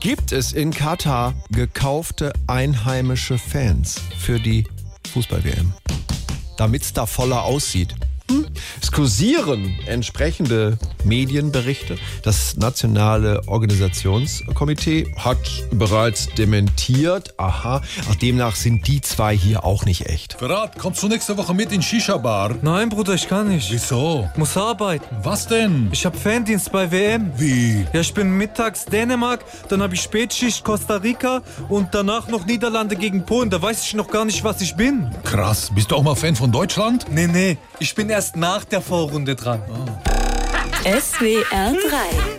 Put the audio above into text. Gibt es in Katar gekaufte einheimische Fans für die Fußball-WM? Damit es da voller aussieht. Hm? Es kursieren entsprechende Medienberichte. Das Nationale Organisationskomitee hat bereits dementiert. Aha, Ach, demnach sind die zwei hier auch nicht echt. Berat, kommst du nächste Woche mit in Shisha-Bar? Nein, Bruder, ich kann nicht. Wieso? Muss arbeiten. Was denn? Ich hab Fandienst bei WM. Wie? Ja, ich bin mittags Dänemark, dann habe ich Spätschicht Costa Rica und danach noch Niederlande gegen Polen. Da weiß ich noch gar nicht, was ich bin. Krass, bist du auch mal Fan von Deutschland? Nee, nee, ich bin erst nach der Vorrunde dran. SWR 3